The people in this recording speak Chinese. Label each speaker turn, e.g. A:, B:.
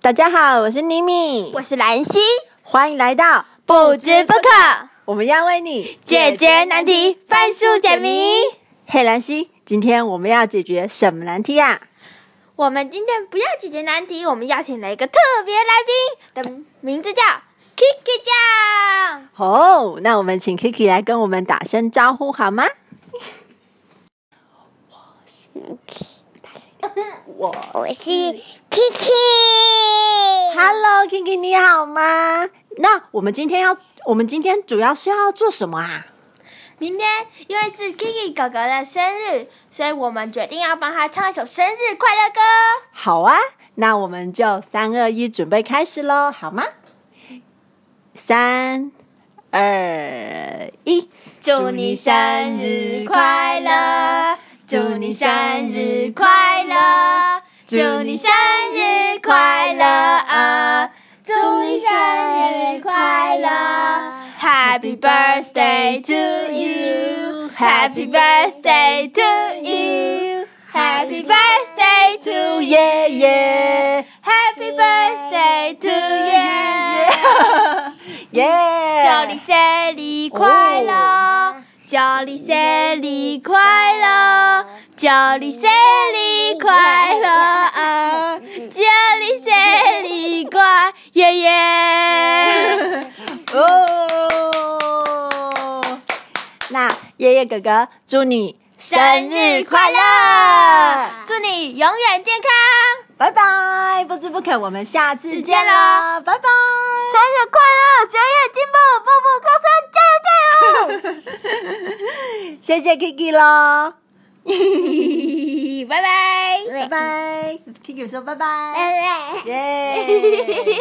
A: 大家好，我是妮米，
B: 我是兰溪，
A: 欢迎来到
B: 不知不可，
A: 我们要为你
B: 解决难题，翻书解谜。
A: 嘿，兰溪，今天我们要解决什么难题啊呀、
B: 我们今天不要解决难题，我们邀请了一个特别来宾，的名字叫 Kiki 酱。
A: 哦，那我们请 Kiki 来跟我们打声招呼好吗？
C: 我是 Kiki。
A: Hello Kiki，你好吗？那我们今天要，我们今天主要是要做什么啊？
B: 明天因为是 Kiki 哥哥的生日，所以我们决定要帮他唱一首生日快乐歌。
A: 好啊，那我们就三二一，准备开始喽，好吗？三二一，
B: 祝你生日快乐，祝你生日快乐，祝你生日快乐，啊！祝你生日快乐，Happy birthday to you，Happy birthday to you，Happy birthday to
A: 祝耶耶
B: you，Happy birthday to you。
A: 耶！
B: 祝你生日快乐！祝你生日快乐！祝你生日快乐！啊！祝你生日快耶 耶！
A: 哦！那爷爷哥哥祝你
B: 生日快乐！祝你永远健康！
A: 拜拜！不知不可，我们下次见喽！拜拜！
B: 生日快乐！学业进步，步步高升！加油
A: 谢
B: 加油！
A: 谢 Kiki 喽，
B: 拜拜。
A: 拜拜！Kiki 说拜拜，
C: 拜拜。
A: 耶！